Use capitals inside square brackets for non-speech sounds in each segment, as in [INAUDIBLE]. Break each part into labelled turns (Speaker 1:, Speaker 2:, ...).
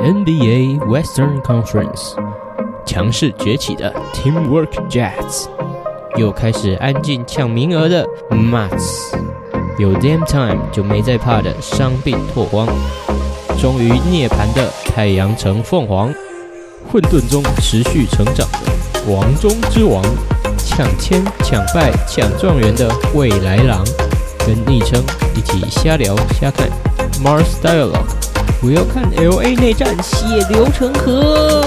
Speaker 1: NBA Western Conference，强势崛起的 Teamwork Jets，又开始安静抢名额的 Mats，有 Damn Time 就没再怕的伤病拓荒，终于涅槃的太阳城凤凰，混沌中持续成长的王中之王，抢签抢败抢状元的未来狼，跟昵称一起瞎聊瞎看 Mars Dialogue。我要看 L A 内战血流成河。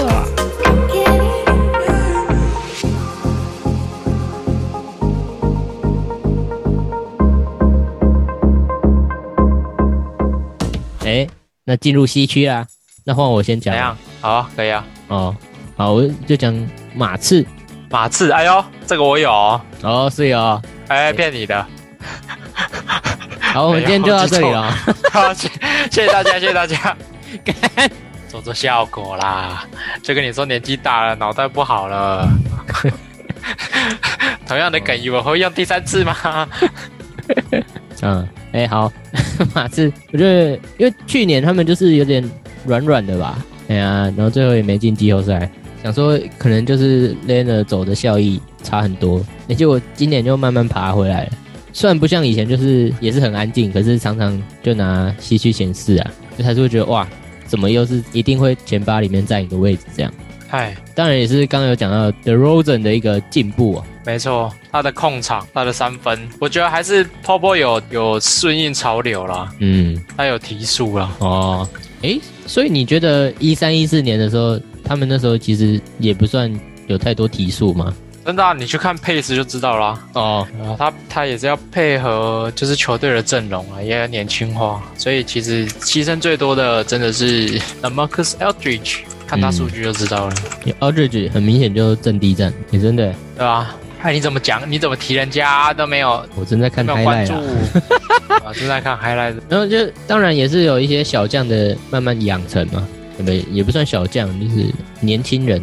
Speaker 1: 哎，那进入西区啦，那换我先
Speaker 2: 怎
Speaker 1: 讲
Speaker 2: 样？好啊，可以啊。
Speaker 1: 哦。好，我就讲马刺
Speaker 2: 马刺，哎呦，这个我有哦，
Speaker 1: 哦，是哦。
Speaker 2: 哎，骗你的。 [LAUGHS]
Speaker 1: 好，我们今天就到这里了。
Speaker 2: 好，谢谢谢大家，谢谢大家。做做效果啦，就跟你说年纪大了，脑袋不好了。 [LAUGHS] 同样的梗，以为会用第三次吗？
Speaker 1: 嗯，哎、好， [LAUGHS] 马刺，我觉得因为去年他们就是有点软软的吧，哎呀、然后最后也没进季后赛，想说可能就是 l e n a 走的效益差很多，哎、结果今年就慢慢爬回来了。虽然不像以前，就是也是很安静，可是常常就拿西区前四啊，就还是会觉得哇，怎么又是一定会前八里面占一个位置这样。
Speaker 2: 哎，
Speaker 1: 当然也是刚刚有讲到 The Rosen 的一个进步啊，
Speaker 2: 没错，他的控场，他的三分，我觉得还是 Popo 有有顺应潮流啦，
Speaker 1: 嗯，
Speaker 2: 他有提速啦。
Speaker 1: 哦，诶，所以你觉得一三一四年的时候，他们那时候其实也不算有太多提速吗？
Speaker 2: 真的、啊，你去看配置就知道啦。
Speaker 1: 哦，
Speaker 2: 啊，他他也是要配合就是球队的阵容啊，也要年轻化，所以其实牺牲最多的真的是呃 Marcus Eldridge，看他数据就知道了，
Speaker 1: 奥瑞举哦很明显就是阵地战，也真的，
Speaker 2: 对吧、哎，你怎么讲？你怎么提人家都没有
Speaker 1: 我正在看
Speaker 2: 没
Speaker 1: h
Speaker 2: 有
Speaker 1: i
Speaker 2: 关
Speaker 1: g [LAUGHS]
Speaker 2: 注
Speaker 1: h？
Speaker 2: 啊，正在看 highlight，
Speaker 1: 然后就当然也是有一些小将的慢慢养成嘛，对不对？也不算小将，就是年轻人，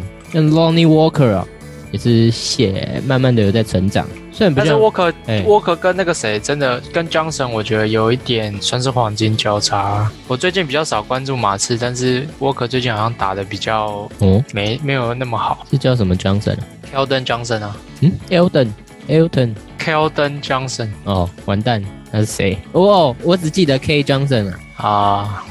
Speaker 1: 像
Speaker 2: 嗯
Speaker 1: Lonnie Walker 啊，也是写慢慢的有在成长，虽然不
Speaker 2: 但是
Speaker 1: 像
Speaker 2: Walker、
Speaker 1: 哎
Speaker 2: Walker 跟那个谁真的跟 Johnson，我觉得有一点算是黄金交叉。我最近比较少关注马刺，但是 Walker 最近好像打的比较
Speaker 1: 哦，
Speaker 2: 没没有那么好。
Speaker 1: 是叫什么 Johnson？啊
Speaker 2: Keldon Johnson 啊
Speaker 1: 嗯，Elton Elton。
Speaker 2: ，Keldon Johnson
Speaker 1: 哦，完蛋，他是谁？哦，我只记得 K Johnson 啊。
Speaker 2: 啊。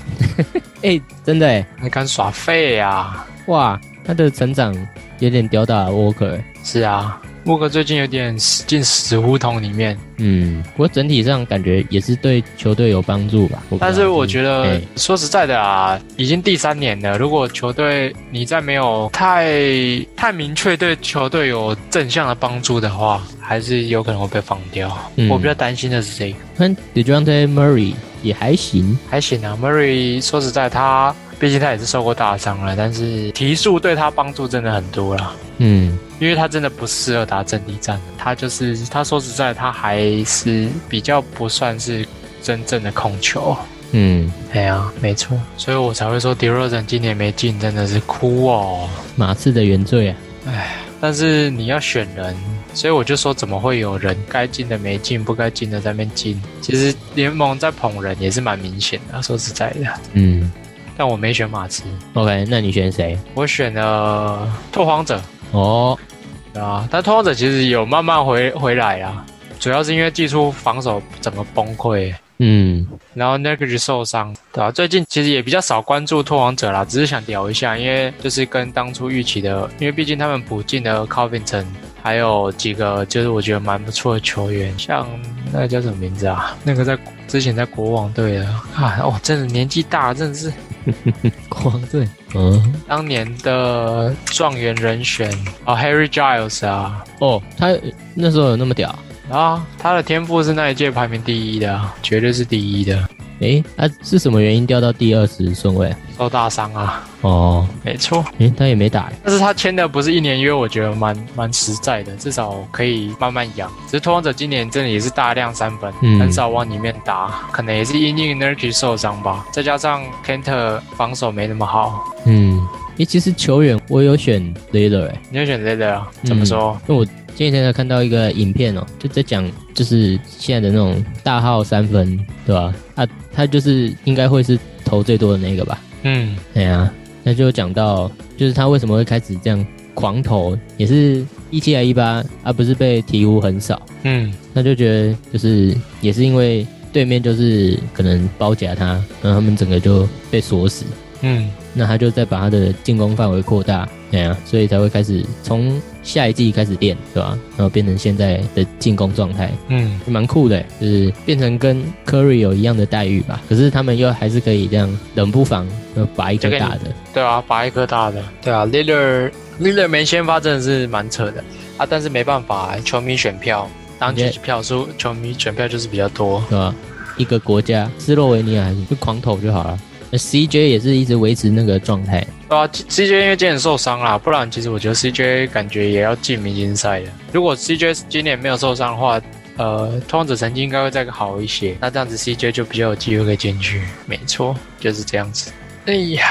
Speaker 1: 哎、真的哎，
Speaker 2: 还敢耍废啊？
Speaker 1: 哇，他的成长有点吊打 Walker 欸。
Speaker 2: 是啊，莫哥最近有点死进死胡同里面，
Speaker 1: 嗯，不过整体上感觉也是对球队有帮助吧。
Speaker 2: 但是我觉得、
Speaker 1: 哎
Speaker 2: 说实在的啊，已经第三年了，如果球队你再没有太太明确对球队有正向的帮助的话，还是有可能会被放掉。
Speaker 1: 嗯
Speaker 2: 我比较担心的是这个，
Speaker 1: 得，看 Dejounte Murray 也还行。
Speaker 2: 还行啊，Murray 说实在他。毕竟他也是受过大伤了，但是提速对他帮助真的很多啦。
Speaker 1: 嗯
Speaker 2: 因为他真的不适合打阵地战，他就是他说实在，他还是比较不算是真正的控球。
Speaker 1: 嗯，
Speaker 2: 哎呀，没错，所以我才会说迪洛人今年没进真的是哭哦。
Speaker 1: 马刺的原罪啊。
Speaker 2: 但是你要选人，所以我就说怎么会有人该进的没进，不该进的在那边进？其实联盟在捧人也是蛮明显的，说实在的。
Speaker 1: 嗯
Speaker 2: 但我没选马刺，
Speaker 1: ，OK，那你选谁？
Speaker 2: 我选了拓荒者。
Speaker 1: 哦，
Speaker 2: 对啊，但拓荒者其实有慢慢回回来啊，主要是因为技术防守整个崩溃，
Speaker 1: 嗯
Speaker 2: 然后 n e g r 受伤，对吧、最近其实也比较少关注拓荒者啦，只是想聊一下，因为就是跟当初预期的，因为毕竟他们补进了 Covington，还有几个就是我觉得蛮不错的球员，像那个叫什么名字啊？那个在之前在国王队的啊，哦，真的年纪大，真的是
Speaker 1: 光队。嗯，
Speaker 2: 当年的状元人选啊、h a r r y Giles 啊，
Speaker 1: 哦，他那时候有那么屌啊？
Speaker 2: 啊，他的天赋是那一届排名第一的啊，绝对是第一的，
Speaker 1: 诶，他是什么原因掉到第二十顺位啊？
Speaker 2: 受大伤啊，
Speaker 1: 哦，
Speaker 2: 没错。
Speaker 1: 诶，他也没打欸。
Speaker 2: 但是他签的不是一年约，我觉得蛮蛮实在的，至少可以慢慢养。只是拓荒者今年真的也是大量三分，
Speaker 1: 嗯
Speaker 2: 很少往里面打，可能也是因应 Nurkic 受伤吧，再加上 Kenter 防守没那么好，
Speaker 1: 嗯，诶，其实球员我有选 l a d e r 哎、
Speaker 2: 你会选谁的啊？怎么说？
Speaker 1: 因为我前几天才看到一个影片哦，就在讲就是现在的那种大号三分，对吧、啊？他就是应该会是投最多的那个吧？
Speaker 2: 嗯，
Speaker 1: 哎呀、那就讲到就是他为什么会开始这样狂投，也是一七还一八，而不是被鹈鹕横扫，
Speaker 2: 嗯，
Speaker 1: 那就觉得就是也是因为对面就是可能包夹他，然后他们整个就被锁死，
Speaker 2: 嗯，
Speaker 1: 那他就再把他的进攻范围扩大，对啊，所以才会开始从下一季开始练，对吧、然后变成现在的进攻状态，
Speaker 2: 嗯，
Speaker 1: 蛮酷的，就是变成跟 Curry 有一样的待遇吧。可是他们又还是可以这样冷不防呃把一颗
Speaker 2: 这个
Speaker 1: 打的，
Speaker 2: 对啊，拔一颗大的，对啊，Lillard Lillard 没先发真的是蛮扯的啊，但是没办法、球迷选票，当局
Speaker 1: Yeah
Speaker 2: 票数，球迷选票就是比较多，
Speaker 1: 对吧？一个国家，斯洛维尼亚还是就狂投就好了。那 CJ 也是一直维持那个状态，
Speaker 2: 对啊，C J 因为今年受伤啦，不然其实我觉得 C J 感觉也要进明星赛的。如果 C J 今年没有受伤的话，呃，通往者成绩应该会再好一些。那这样子 C J 就比较有机会可以进去。没错，就是这样子。哎呀，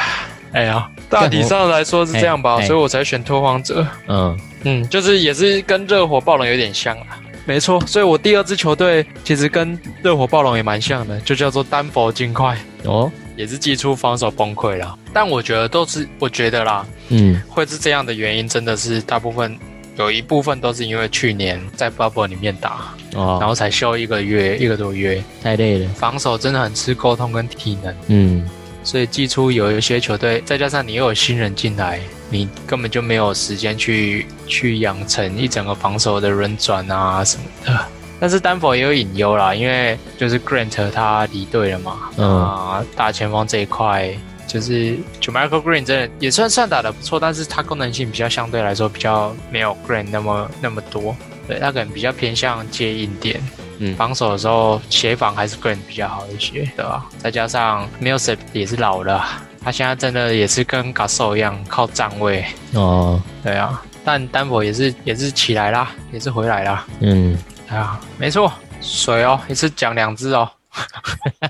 Speaker 2: 哎呀，大体上来说是这样吧，
Speaker 1: 哎哎
Speaker 2: 所以我才选拓荒者。
Speaker 1: 嗯，
Speaker 2: 嗯，就是也是跟热火暴龙有点像啦。没错，所以我第二支球队其实跟热火暴龙也蛮像的，就叫做丹佛金块，
Speaker 1: 哦，
Speaker 2: 也是寄出防守崩溃啦。但我觉得都是，我觉得啦，
Speaker 1: 嗯，
Speaker 2: 会是这样的原因，真的是大部分有一部分都是因为去年在 bubble 里面打，然
Speaker 1: 哦，
Speaker 2: 后才休一个月一个多月，
Speaker 1: 太累了，
Speaker 2: 防守真的很吃沟通跟体能，
Speaker 1: 嗯，
Speaker 2: 所以季初有一些球队，再加上你又有新人进来，你根本就没有时间去去养成一整个防守的轮转啊什么的。但是丹佛也有隐忧啦，因为就是 Grant 他离队了嘛，
Speaker 1: 嗯，
Speaker 2: 啊，大前锋这一块，就是 j a m i c a Green 真的也算算打得不错，但是它功能性比较相对来说比较没有 Green 那么那么多，对，它可能比较偏向接应点。
Speaker 1: 嗯
Speaker 2: 防守的时候协防还是 Green 比较好一些，对吧？再加上 m i l s a p 也是老了，他现在真的也是跟 g a s o 一样靠站位，
Speaker 1: 哦，
Speaker 2: 对啊。但丹佛也是也是起来啦，也是回来啦，
Speaker 1: 嗯，
Speaker 2: 对啊，没错，水哦，一次讲两只哦，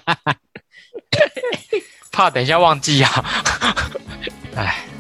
Speaker 2: [LAUGHS] 怕等一下忘记啊。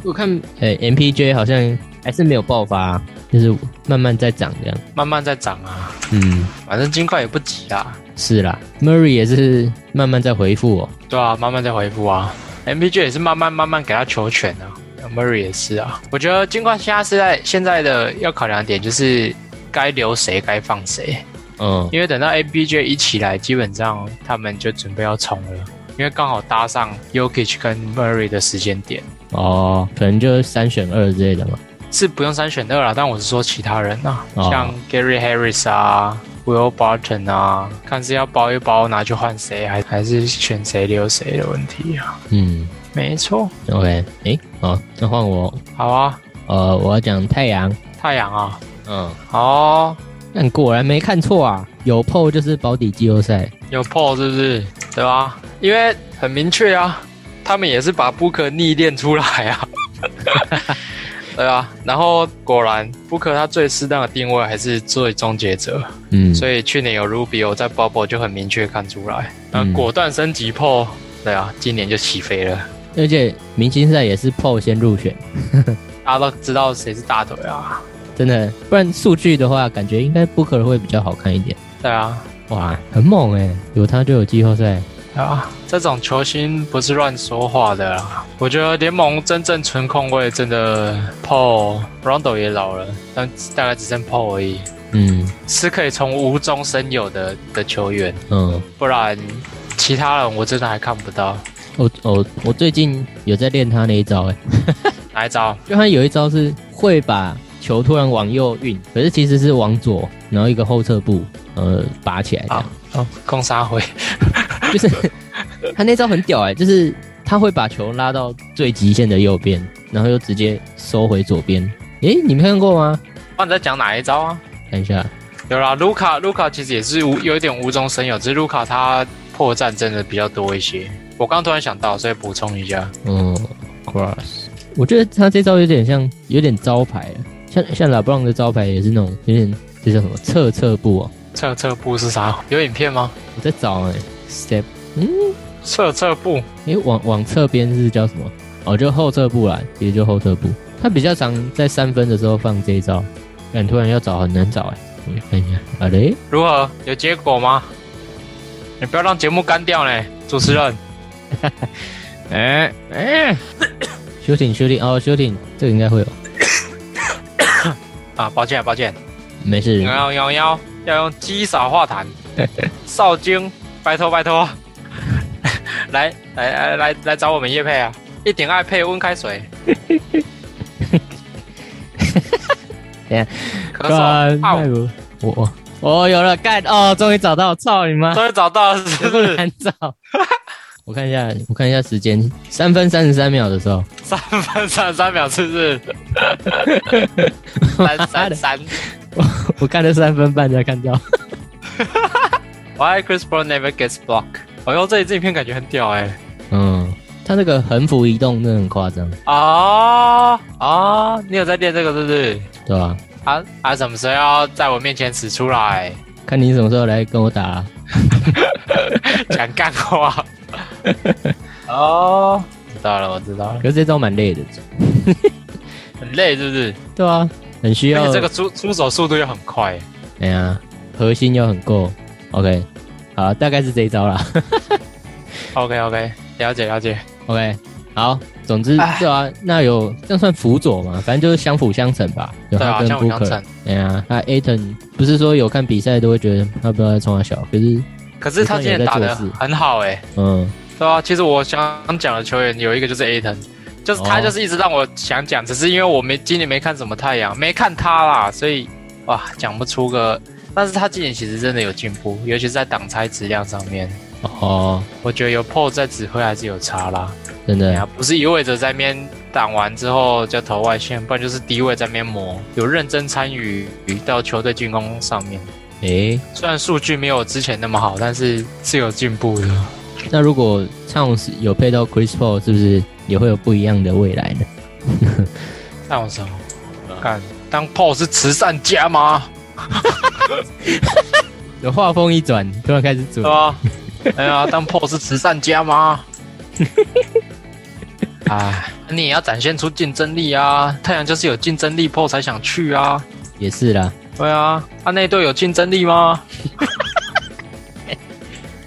Speaker 1: 我看，呃，MPJ 好像还是没有爆发、啊就是慢慢在涨这样，
Speaker 2: 慢慢在涨啊，
Speaker 1: 嗯，
Speaker 2: 反正金块也不急啊，
Speaker 1: 是啦，Murray 也是慢慢在回复哦，
Speaker 2: 对啊，慢慢在回复啊。MPG 也是慢慢慢慢给他球权啊，Murray 也是啊。我觉得金块现在是在现在的要考量点就是该留谁该放谁，
Speaker 1: 嗯，
Speaker 2: 因为等到 MPG 一起来，基本上他们就准备要冲了，因为刚好搭上 Yokich 跟 Murray 的时间点。
Speaker 1: 哦，可能就三选二之类的嘛。
Speaker 2: 是不用三选二啦，但我是说其他人啊，
Speaker 1: 哦
Speaker 2: 像 Gary Harris 啊、Will Barton 啊，看是要包一包拿去换谁，还还是选谁留谁的问题啊。
Speaker 1: 嗯
Speaker 2: 没错，
Speaker 1: ，OK，诶，好，那换我，
Speaker 2: 好啊，
Speaker 1: 呃，我要讲太阳，
Speaker 2: 太阳啊，
Speaker 1: 嗯，
Speaker 2: 好哦，
Speaker 1: 但果然没看错啊，有 PO 就是保底季后赛，
Speaker 2: 有 Paul 是不是？对吧？因为很明确啊，他们也是把 Booker 逆练出来啊。 [LAUGHS] 对啊，然后果然 Booker 他最适当的定位还是最终结者。
Speaker 1: 嗯，
Speaker 2: 所以去年有 Ruby，我在 Bubble 就很明确看出来，那
Speaker 1: 嗯
Speaker 2: 果断升级 PO，对啊，今年就起飞了，
Speaker 1: 而且明星赛也是 PO 先入选，
Speaker 2: 大家都知道谁是大腿啊，
Speaker 1: 真的，不然数据的话，感觉应该 Booker 会比较好看一点。
Speaker 2: 对啊，
Speaker 1: 哇，很猛诶，有他就有季后赛，
Speaker 2: 对啊，这种球星不是乱说话的啦。我觉得联盟真正纯控卫真的 PO Rondo 也老了，但大概只剩 PO 而已，
Speaker 1: 嗯
Speaker 2: 是可以从无中生有的的球员，
Speaker 1: 嗯，
Speaker 2: 不然其他人我真的还看不到。
Speaker 1: 我我我最近有在练他那一招诶，
Speaker 2: 哪一招？
Speaker 1: 就他有一招是会把球突然往右运，可是其实是往左，然后一个后撤步，呃，拔起来这样。
Speaker 2: 啊哦，攻杀回，
Speaker 1: 就是他那招很屌哎、就是他会把球拉到最极限的右边，然后又直接收回左边。诶、你没看过吗？
Speaker 2: 那你在讲哪一招啊？
Speaker 1: 看一下，
Speaker 2: 有啦，卢卡卢卡其实也是无有一点无中生有，只是卢卡他破绽真的比较多一些。我刚突然想到，所以补充一下。
Speaker 1: 嗯，cross，我觉得他这招有点像，有点招牌了，像像拉布朗的招牌也是那种有点这叫什么侧侧步哦、
Speaker 2: 侧侧步是啥？有影片吗？
Speaker 1: 我在找哎、step，
Speaker 2: 侧侧步
Speaker 1: 诶、往往侧边是叫什么？哦，就后撤步啦，也就后撤步。他比较常在三分的时候放这一招，但突然要找很难找哎、我看一下，啊嘞，
Speaker 2: 如何？有结果吗？你不要让节目干掉呢，主持人。
Speaker 1: [COUGHS] 哎哎， shooting shooting 哦 shooting，这个应该会有，
Speaker 2: 啊，抱歉抱歉，
Speaker 1: 没事。
Speaker 2: 幺幺幺要用击扫化痰，少京，拜托拜托， [LAUGHS] 来来来来来找我们叶配啊！一点爱配温开水。
Speaker 1: 等下
Speaker 2: 咳嗽，啊，
Speaker 1: 干我我我有了干哦，终于找到，操你妈！
Speaker 2: 终于找到了，是不
Speaker 1: 不 [LAUGHS]
Speaker 2: 是？
Speaker 1: 难找。我看一下，我看一下时间，三分三十三秒的时候，
Speaker 2: 三分三三秒，是不是？三三三。
Speaker 1: 我看了三分半才看到。
Speaker 2: Why Chris Paul never gets blocked？哎呦，这里这影片感觉很屌哎、
Speaker 1: 嗯，他那个横幅移动真的很夸张，
Speaker 2: 啊啊！你有在练这个是不是？
Speaker 1: 对吧、
Speaker 2: 啊啊！什么时候要在我面前使出
Speaker 1: [LAUGHS]
Speaker 2: 来
Speaker 1: 看你什么时候来跟我打、
Speaker 2: 讲干
Speaker 1: [LAUGHS]
Speaker 2: 话？哦，知道了，我知道了，
Speaker 1: 可是这招蛮累的，
Speaker 2: 很累是不是？
Speaker 1: 对啊，很需
Speaker 2: 而
Speaker 1: 要
Speaker 2: 且哎这个出出手速度又很快，
Speaker 1: 哎呀，核心要很够。OK，好，大概是这一招啦。 [LAUGHS]
Speaker 2: OK OK，了解了解。
Speaker 1: OK，好，总之
Speaker 2: 唉
Speaker 1: 对啊，那有这样算辅佐嘛？反正就是相辅相成吧。有
Speaker 2: 对
Speaker 1: 他
Speaker 2: 啊，
Speaker 1: 跟
Speaker 2: 像我
Speaker 1: Booker，
Speaker 2: 相称。
Speaker 1: 哎呀，他 Aton 不是说有看比赛都会觉得他不知道在冲他小，可是
Speaker 2: 可是他今天打
Speaker 1: 有
Speaker 2: 的
Speaker 1: 在做事
Speaker 2: 很好哎、
Speaker 1: 嗯，
Speaker 2: 对啊，其实我想讲的球员有一个就是 Aton，就是他
Speaker 1: 哦
Speaker 2: 就是一直让我想讲，只是因为我没今年没看什么太阳，没看他啦，所以哇讲不出个。但是他今年其实真的有进步，尤其是在挡拆质量上面，
Speaker 1: 哦，
Speaker 2: 我觉得有 PO 在指挥还是有差啦。
Speaker 1: 真
Speaker 2: 对
Speaker 1: 的
Speaker 2: 啊，不是一味着在那边挡完之后就投外线，不然就是低位在那边磨，有认真参与到球队进攻上面。
Speaker 1: 诶，
Speaker 2: 虽然数据没有之前那么好，但是是有进步的。
Speaker 1: 那如果唱有配到 Chris Paul，是不是也会有不一样的未来呢？
Speaker 2: 那我什么？干当 PO 是慈善家吗？
Speaker 1: 有话锋一转，突然开始组
Speaker 2: 对吧？哎呀，当 PO 是慈善家吗？哎，你也要展现出竞争力啊！太阳就是有竞争力，PO 才想去啊。
Speaker 1: 也是啦，
Speaker 2: 对啊，啊那队有竞争力吗？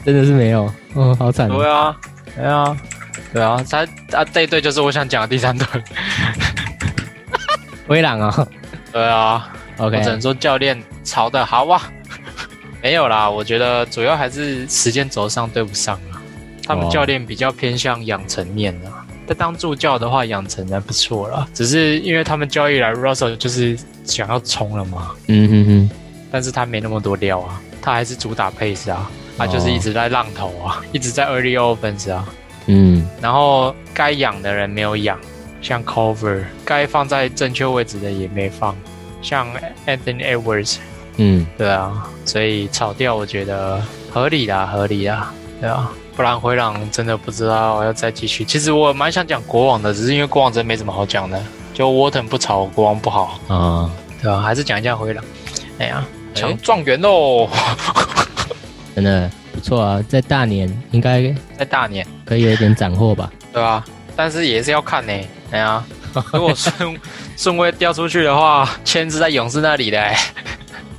Speaker 1: 真的是没有，哦，好惨、哦
Speaker 2: 对。啊，对啊，对啊，他啊这一队就是我想讲的第三队。
Speaker 1: 灰狼啊、
Speaker 2: 对啊
Speaker 1: o
Speaker 2: 我只
Speaker 1: k
Speaker 2: 能说教练吵得好啊。 [LAUGHS] 没有啦，我觉得主要还是时间轴上对不上啊。他们
Speaker 1: 哦
Speaker 2: 教练比较偏向养成面啊，在当助教的话，养成还不错啦。只是因为他们交易来 Russell 就是想要冲了嘛，
Speaker 1: 嗯哼哼，
Speaker 2: 但是他没那么多料啊，他还是主打 pace 啊，他就是一直在浪头啊，一直在 early offense 啊。
Speaker 1: 嗯，
Speaker 2: 然后该养的人没有养，像 Cover 该放在正确位置的也没放，像 Anthony Edwards，
Speaker 1: 嗯，
Speaker 2: 对啊，所以炒掉我觉得合理啦，合理啦，对啊，不然灰狼真的不知道要再继续。其实我蛮想讲国王的，只是因为国王真没什么好讲的，就 Wharton 不炒国王不好，
Speaker 1: 哦，
Speaker 2: 对啊，还是讲一下灰狼。哎呀，
Speaker 1: 哎
Speaker 2: 抢状元喽，
Speaker 1: 真的不错啊，在大年应该
Speaker 2: 在大年，
Speaker 1: 可以有一点斩获吧？
Speaker 2: 对吧、但是也是要看呢、哎呀，如果顺顺位掉出去的话，签是在勇士那里的、欸。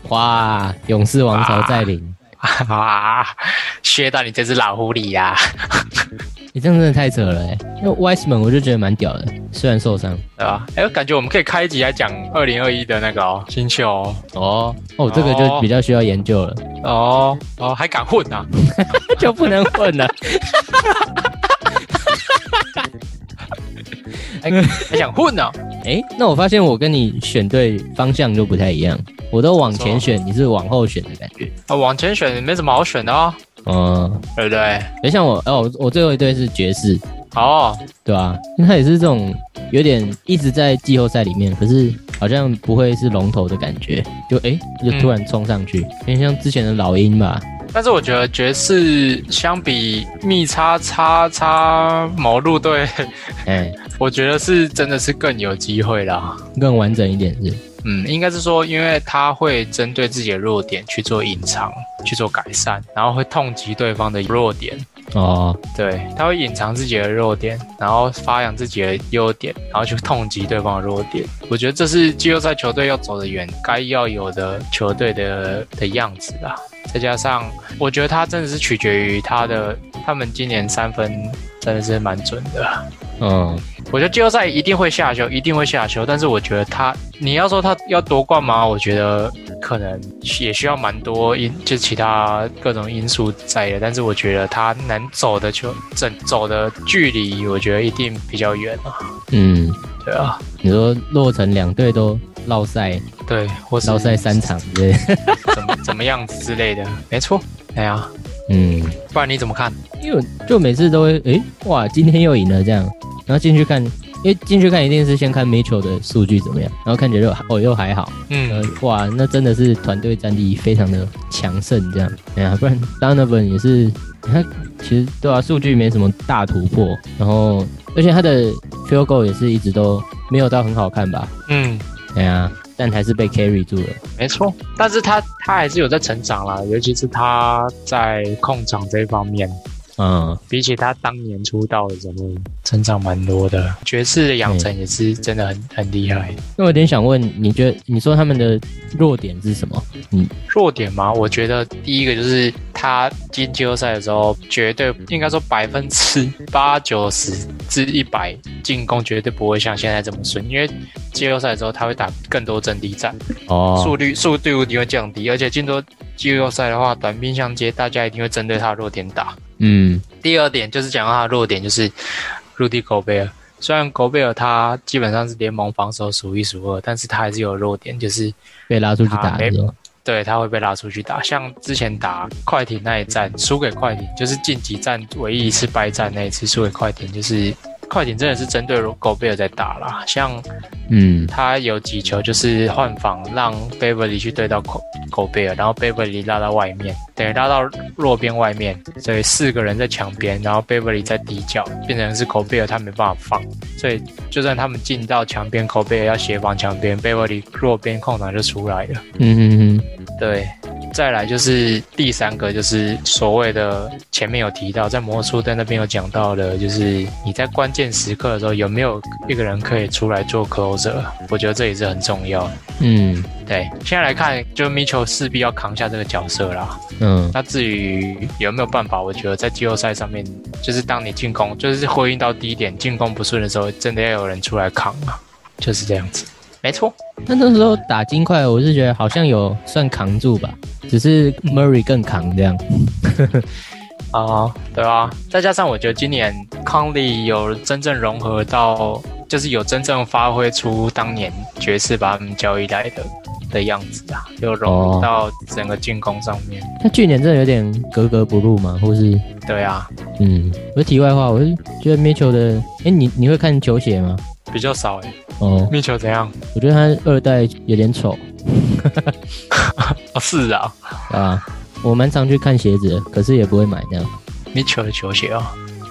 Speaker 1: 哇，勇士王朝再临，
Speaker 2: 啊，削到你这只老狐狸呀、
Speaker 1: 你这样真的太扯了哎、因为 Wiseman 我就觉得蛮屌的，虽然受伤。
Speaker 2: 对吧？哎，我感觉我们可以开一集来讲二零二一的那个哦，新秀哦，
Speaker 1: 哦哦，这个就比较需要研究了，
Speaker 2: 哦哦，还敢混啊？
Speaker 1: [LAUGHS] 就不能混了。
Speaker 2: 还想混啊？
Speaker 1: 哎、那我发现我跟你选对方向就不太一样，我都往前选，你是往后选的感觉。
Speaker 2: 啊，往前选没什么好选的哦，
Speaker 1: 哦，
Speaker 2: 对不对？
Speaker 1: 就像我哦，我最后一队是爵士，
Speaker 2: 哦，
Speaker 1: 对啊，他也是这种有点一直在季后赛里面，可是好像不会是龙头的感觉，就诶，就突然冲上去，有点像之前的老鹰吧。
Speaker 2: 但是我觉得爵士相比密叉叉叉某路队，
Speaker 1: 哎，
Speaker 2: 我觉得是真的是更有机会啦。
Speaker 1: 更完整一点是，
Speaker 2: 嗯，应该是说，因为他会针对自己的弱点去做隐藏，去做改善，然后会痛击对方的弱点。
Speaker 1: 哦，
Speaker 2: 对，他会隐藏自己的弱点，然后发扬自己的优点，然后去痛击对方的弱点。我觉得这是季后赛球队要走得远，该要有的球队的的样子啦。再加上，我觉得他真的是取决于他的，他们今年三分真的是蛮准的。
Speaker 1: 嗯，
Speaker 2: 我觉得季后赛一定会下修，一定会下修。但是我觉得他，你要说他要夺冠吗？我觉得可能也需要蛮多因，就其他各种因素在的。但是我觉得他能走的就整走的距离，我觉得一定比较远啊。
Speaker 1: 嗯，
Speaker 2: 对啊，
Speaker 1: 你说洛城两队都落赛，
Speaker 2: 对，或是
Speaker 1: 落赛三场之类的，
Speaker 2: 怎么怎么样之类的，没错。哎呀，
Speaker 1: [LAUGHS] 嗯，
Speaker 2: 不然你怎么看？
Speaker 1: 因为我就每次都会，诶、哇，今天又赢了这样，然后进去看，因为进去看一定是先看 Mitchell 的数据怎么样，然后看起来又哦又还好，呃
Speaker 2: 嗯，，
Speaker 1: 哇，那真的是团队战力非常的强盛，这样，哎呀，不然 Donovan 也是，哎他其实对啊，数据没什么大突破，然后而且他的 field goal 也是一直都没有到很好看吧，
Speaker 2: 嗯，
Speaker 1: 哎呀，但还是被 carry 住了，
Speaker 2: 没错，但是他他还是有在成长啦，尤其是他在控场这一方面，
Speaker 1: 嗯，
Speaker 2: 比起他当年出道的时候，成长蛮多的。爵士的养成也是真的很很厉害。
Speaker 1: 那我有点想问，你觉得你说他们的弱点是什么？
Speaker 2: 弱点嘛，我觉得第一个就是他进季后赛的时候，绝对应该说百分之八九十至一百进攻绝对不会像现在这么顺，因为季后赛的时候他会打更多阵地战，
Speaker 1: 哦
Speaker 2: 速率速度一定会降低，而且进入季后赛的话，短兵相接，大家一定会针对他的弱点打。
Speaker 1: 嗯
Speaker 2: 第二点就是讲到他的弱点，就是陆地狗贝尔。虽然狗贝尔他基本上是联盟防守数一数二，但是他还是有弱点，就是
Speaker 1: 被拉出去打
Speaker 2: 啊
Speaker 1: 的时候，
Speaker 2: 对他会被拉出去打。像之前打快艇那一战输给快艇，就是晋级战唯一一次败战那一次输给快艇，就是快艇真的是针对狗贝尔在打啦。像
Speaker 1: 嗯
Speaker 2: 他有几球就是换防让 Beverly 去对到狗狗贝尔，然后 Beverly 拉到外面，等于拉到弱边外面，所以四个人在墙边，然后 Beverly 在底角，变成是狗贝尔他没办法放，所以就算他们进到墙边，狗贝尔要协防墙边，Beverly 弱边空档就出来了。
Speaker 1: 嗯嗯嗯，
Speaker 2: 对，再来就是第三个，就是所谓的前面有提到，在魔术队那边有讲到的，就是你在关键时刻的时候有没有一个人可以出来做 closer，我觉得这也是很重要的。
Speaker 1: 嗯
Speaker 2: 对，现在来看，就 Mitchell 势必要扛下这个角色啦。
Speaker 1: 嗯
Speaker 2: 那至于有没有办法，我觉得在季后赛上面，就是当你进攻，就是回应到低点，进攻不顺的时候，真的要有人出来扛啊，就是这样子。没错，
Speaker 1: 那那时候打金块，我是觉得好像有算扛住吧，只是 Murray 更扛这样。
Speaker 2: 啊、对啊，再加上我觉得今年康利有真正融合到，就是有真正发挥出当年爵士把他们交易来的的样子啊，有融入到整个进攻上面。
Speaker 1: 他去年真的有点格格不入嘛，或是
Speaker 2: 对啊，
Speaker 1: 嗯，我题外话，我是觉得 Mitchell 的，哎、你你会看球鞋吗？
Speaker 2: 比较少诶、
Speaker 1: 哦，
Speaker 2: 密球怎样？
Speaker 1: 我觉得他二代有点丑
Speaker 2: 哦，是啊，
Speaker 1: 啊，我蛮常去看鞋子的，可是也不会买这样。
Speaker 2: 密球的球鞋哦，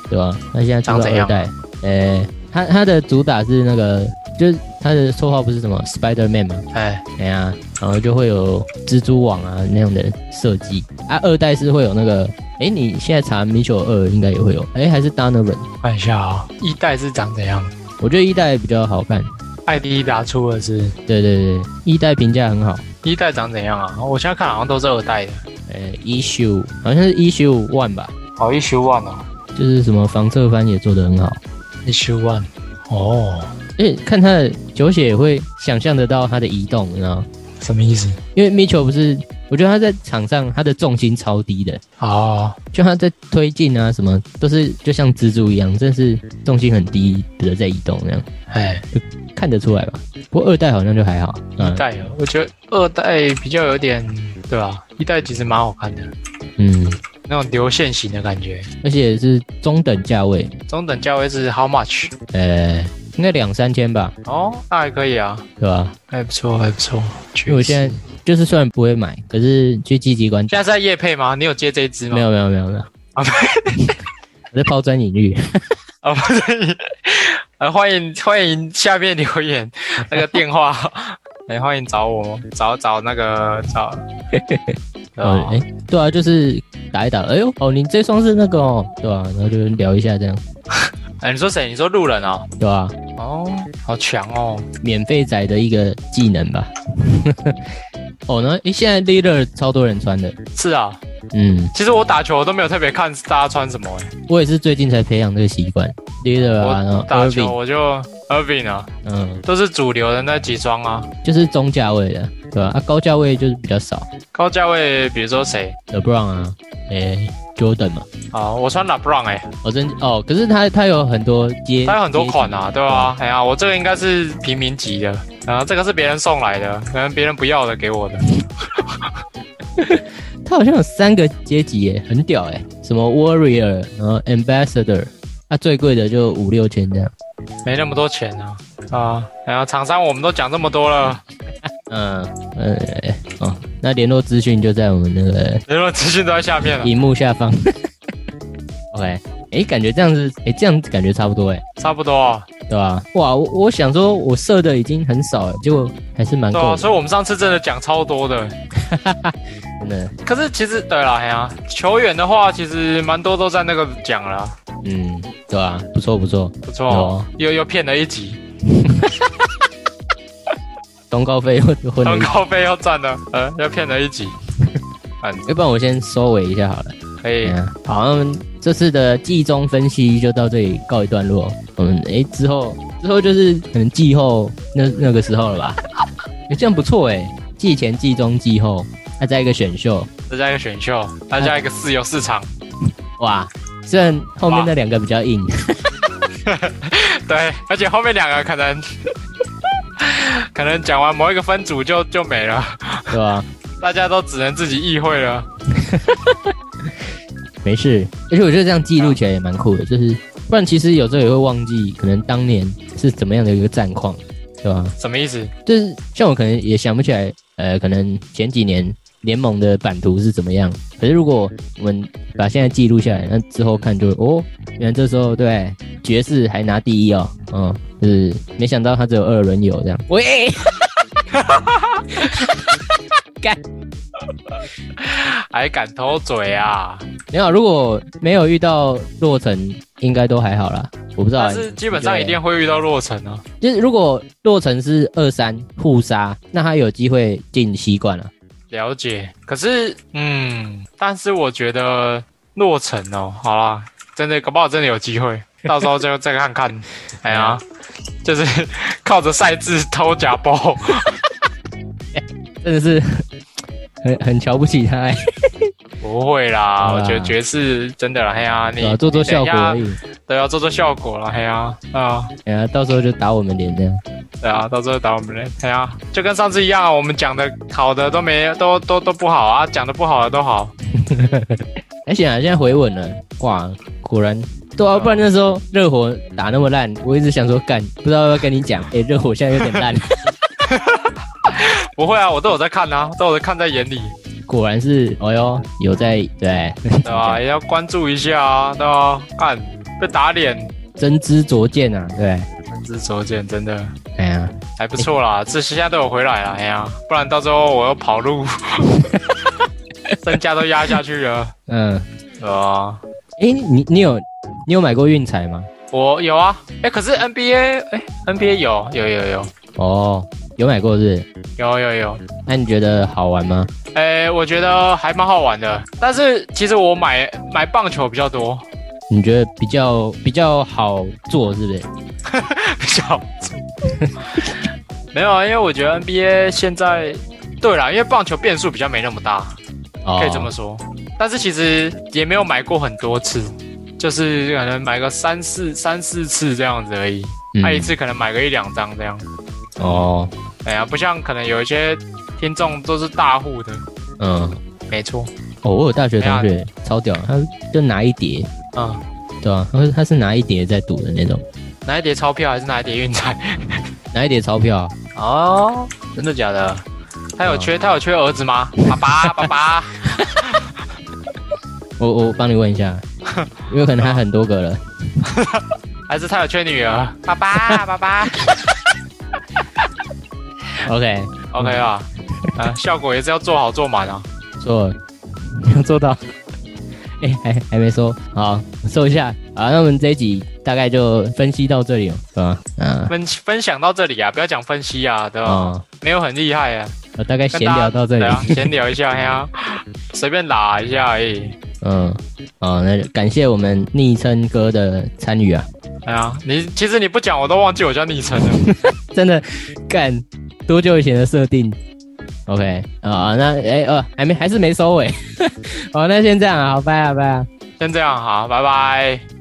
Speaker 1: 对吧、他现在出
Speaker 2: 长
Speaker 1: 到
Speaker 2: 怎
Speaker 1: 二
Speaker 2: 样
Speaker 1: 代，呃、他他的主打是那个，就是他的绰号不是什么 Spider Man 嘛，
Speaker 2: 哎，
Speaker 1: 哎呀、然后就会有蜘蛛网啊那样的设计啊。二代是会有那个，哎、你现在查 Mitchell 二应该也会有，哎、还是 Donovan，
Speaker 2: 看一下啊、哦，一代是长怎样？
Speaker 1: 我觉得一代比较好看，
Speaker 2: 艾迪达出的是
Speaker 1: 对对对，一代评价很好，
Speaker 2: 一代长怎样啊？我现在看好像都是二代的，
Speaker 1: 呃、issue 好像是 issue one 吧，
Speaker 2: 哦，一 o n 哦，
Speaker 1: 就是什么防侧翻也做得很好，
Speaker 2: 一 o n 哦，
Speaker 1: 而且看他的球鞋也会想象得到他的移动，你知道吗？
Speaker 2: 什么意思？
Speaker 1: 因为 Mitchell 不是，我觉得他在场上他的重心超低的，
Speaker 2: 哦，
Speaker 1: 就他在推进啊什么都是就像蜘蛛一样，真是重心很低的在移动那样，
Speaker 2: 哎。
Speaker 1: 看得出来吧？不过二代好像就还好，
Speaker 2: 一
Speaker 1: 嗯
Speaker 2: 代哦，我觉得二代比较有点，对吧、一代其实蛮好看的，
Speaker 1: 嗯，
Speaker 2: 那种流线型的感觉。
Speaker 1: 而且是中等价位，
Speaker 2: 中等价位是 how much？
Speaker 1: 呃，应该两三千吧，
Speaker 2: 哦，那还可以啊，
Speaker 1: 对吧？
Speaker 2: 还不错，还不错。
Speaker 1: 因为我现在就是虽然不会买，可是去积极关注
Speaker 2: 现，在是在夜配吗？你有接这一支吗？
Speaker 1: 没有没有没有没有，
Speaker 2: 啊，
Speaker 1: [LAUGHS] 我在抛砖引
Speaker 2: [LAUGHS]
Speaker 1: 玉，
Speaker 2: 啊，不是。呃，欢迎欢迎下面留言那个电话， [LAUGHS] 哎、欢迎找我，找找那个
Speaker 1: [LAUGHS]
Speaker 2: 找。对
Speaker 1: 哦，
Speaker 2: 吧
Speaker 1: 哎、对啊，就是打一打，哎呦，哦，你这双是那个哦，对吧、然后就聊一下这样，
Speaker 2: 哎，你说谁？你说路人哦？
Speaker 1: 对吧、
Speaker 2: 哦，好强哦！
Speaker 1: 免费仔的一个技能吧。 [LAUGHS] 哦，然后诶，现在 leader 超多人穿的，
Speaker 2: 是啊，
Speaker 1: 嗯，
Speaker 2: 其实我打球我都没有特别看大家穿什么、哎。
Speaker 1: 我也是最近才培养这个习惯。 Lillard 啊，然后
Speaker 2: 我打球
Speaker 1: Irving，
Speaker 2: 我就 Irving 啊，
Speaker 1: 嗯，
Speaker 2: 都是主流的那几双啊。
Speaker 1: 就是中价位的，对吧？啊，高价位就是比较少
Speaker 2: 高价位，比如说谁
Speaker 1: ，LeBron 啊，诶、j o r d a n 嘛，
Speaker 2: 啊？我穿 LeBron 哎、
Speaker 1: 哦真哦，可是他他有很多阶，
Speaker 2: 它有很多款啊，
Speaker 1: 阶级
Speaker 2: 对吧、啊？哎呀，我这个应该是平民级的，然后这个是别人送来的，可能别人不要的给我的。
Speaker 1: 他好像有三个阶级耶，很屌哎，什么 Warrior，然后 Ambassador，啊，最贵的就五六千这样。
Speaker 2: 没那么多钱啊啊！然后厂商我们都讲这么多了，
Speaker 1: 嗯，呃，哦，那联络资讯就在我们那个
Speaker 2: 联络资讯都在下面了，
Speaker 1: 荧幕下方。OK，哎、感觉这样子，哎、这样子感觉差不多哎，
Speaker 2: 差不多啊。
Speaker 1: 对吧、哇，我我想说我射的已经很少了，结果还是蛮
Speaker 2: 对
Speaker 1: 够
Speaker 2: 啊，
Speaker 1: 的，
Speaker 2: 所以我们上次真的讲超多的。
Speaker 1: 真的。
Speaker 2: 可是其实对啦，哎呀，球员的话其实蛮多都在那个讲了啊，
Speaker 1: 嗯，对吧、不错不错，
Speaker 2: 不错
Speaker 1: 啊
Speaker 2: 哦，又又骗了一集，
Speaker 1: 东高飞又混了
Speaker 2: 当
Speaker 1: 一。
Speaker 2: 高飞又赚了，呃，又骗了一集。 [LAUGHS]
Speaker 1: 要不然我先收尾一下好了。
Speaker 2: 可以，
Speaker 1: 嗯，好，那我们这次的季中分析就到这里告一段落。我们诶之后之后就是可能季后那那个时候了吧？ [LAUGHS] 诶这样不错诶，季前、季中、季后，再加一个选秀，
Speaker 2: 再加一个选秀，再加一个自由市场。
Speaker 1: 哇！虽然后面那两个比较硬，
Speaker 2: 对，而且后面两个可能 [LAUGHS] 可能讲完某一个分组就就没了，
Speaker 1: 对吧？
Speaker 2: 大家都只能自己议会了。
Speaker 1: 没事，而且我觉得这样记录起来也蛮酷的，就是不然其实有时候也会忘记，可能当年是怎么样的一个战况，对吧？
Speaker 2: 什么意思？
Speaker 1: 就是像我可能也想不起来，呃，可能前几年联盟的版图是怎么样。可是如果我们把现在记录下来，那之后看就哦，原来这时候对爵士还拿第一哦，嗯，就是没想到他只有二轮游这样。喂，
Speaker 2: 还敢偷嘴啊？
Speaker 1: 没有，如果没有遇到洛城，应该都还好啦。我不知道欸、
Speaker 2: 但是基本上
Speaker 1: 对
Speaker 2: 一定会遇到洛城啊。
Speaker 1: 就是如果洛城是二三互杀，那他有机会进西冠啊了。
Speaker 2: 了解，可是嗯，但是我觉得洛城哦，好啦，真的搞不好真的有机会，到时候就再看看。哎呀，就是靠着赛制偷假包，
Speaker 1: 真的是 [LAUGHS] 很很瞧不起他、欸，
Speaker 2: 不会啦，
Speaker 1: 好啦
Speaker 2: 我觉得爵士真的啦，哎呀，
Speaker 1: 对吧啊
Speaker 2: 你
Speaker 1: 做做
Speaker 2: 你等
Speaker 1: 效
Speaker 2: 一
Speaker 1: 果
Speaker 2: 下
Speaker 1: 而已。
Speaker 2: 对啊，做做效果了，嘿呀、啊，
Speaker 1: 哎呀，到时候就打我们脸这样。
Speaker 2: 对啊，到时候打我们人，嘿呀、就跟上次一样啊，我们讲的好的都没都都都不好啊，讲的不好的都好，
Speaker 1: 哎，显然现在回稳了，哇，果然。对啊，不然那时候热火打那么烂，我一直想说干，不知道要不要跟你讲， [LAUGHS] 哎、热火现在有点 [LAUGHS] 烂，
Speaker 2: 不会啊，我都有在看啊，都有在看在眼里，
Speaker 1: 果然是，哦哟，有在对，
Speaker 2: 对吧、
Speaker 1: [LAUGHS]
Speaker 2: 也要关注一下啊，对吧、看被打脸，
Speaker 1: 真知灼见啊，对，
Speaker 2: 真知灼见，真的
Speaker 1: 哎呀，
Speaker 2: 还不
Speaker 1: [LAUGHS]
Speaker 2: 错啦，这现在都有回来了，哎呀、不然到时候我又跑路， [LAUGHS] 身价都压下去了，
Speaker 1: 嗯，
Speaker 2: 对吧、
Speaker 1: 哎、你你有你有买过运彩吗？
Speaker 2: 我有啊，哎、可是 NBA，哎、n b a 有有有有
Speaker 1: 哦，有买过是不是
Speaker 2: 有有有，
Speaker 1: 那你觉得好玩吗？
Speaker 2: 诶、我觉得还蛮好玩的，但是其实我买买棒球比较多， [LAUGHS]
Speaker 1: 你觉得比较比较好做是不是？
Speaker 2: 比较没有啊，因为我觉得 NBA 现在，对啦，因为棒球变数比较没那么大，
Speaker 1: 哦，
Speaker 2: 可以这么说。但是其实也没有买过很多次，就是可能买个三四三四次这样子而已，啊
Speaker 1: 嗯
Speaker 2: 那、一次可能买个一两张这样。
Speaker 1: 哦，
Speaker 2: 哎呀、不像可能有一些听众都是大户的，
Speaker 1: 嗯，
Speaker 2: 没错，
Speaker 1: 哦，我有大学同
Speaker 2: 没
Speaker 1: 学超屌，他就拿一叠，
Speaker 2: 嗯，
Speaker 1: 对啊，他他是拿一叠在赌的那种，
Speaker 2: 拿一叠钞票还是拿一叠运彩？ [LAUGHS]
Speaker 1: 拿一叠钞票啊、
Speaker 2: 哦，真的假的？他有缺、他有缺儿子吗？爸爸爸爸，
Speaker 1: 我我帮你问一
Speaker 2: [LAUGHS]
Speaker 1: 下，因为可能他很多个了，
Speaker 2: 还是他有缺女儿？爸爸爸爸。
Speaker 1: OK，
Speaker 2: OK 啊，啊，效果也是要做好做满啊。
Speaker 1: 做 [LAUGHS] 做到，哎、还还没收，好收一下，好，那我们这一集大概就分析到这里了，哦对吧？嗯。
Speaker 2: 分分享到这里啊，不要讲分析啊，对吧？
Speaker 1: 哦，
Speaker 2: 没有很厉害啊，
Speaker 1: 我大概闲
Speaker 2: 跟大家
Speaker 1: 聊到这里
Speaker 2: 对，啊，闲聊一下嘿啊，随便拉一下而已。
Speaker 1: 嗯，哦，那就感谢我们昵称哥的参与啊，
Speaker 2: 哎呀，你其实你不讲我都忘记我叫昵称了。
Speaker 1: 真的干多久以前的设定？OK 啊、那哎哦、还 [LAUGHS] 没还是没收尾，好、那先这样啊，好拜啊拜啊。
Speaker 2: 先这样，好，拜拜。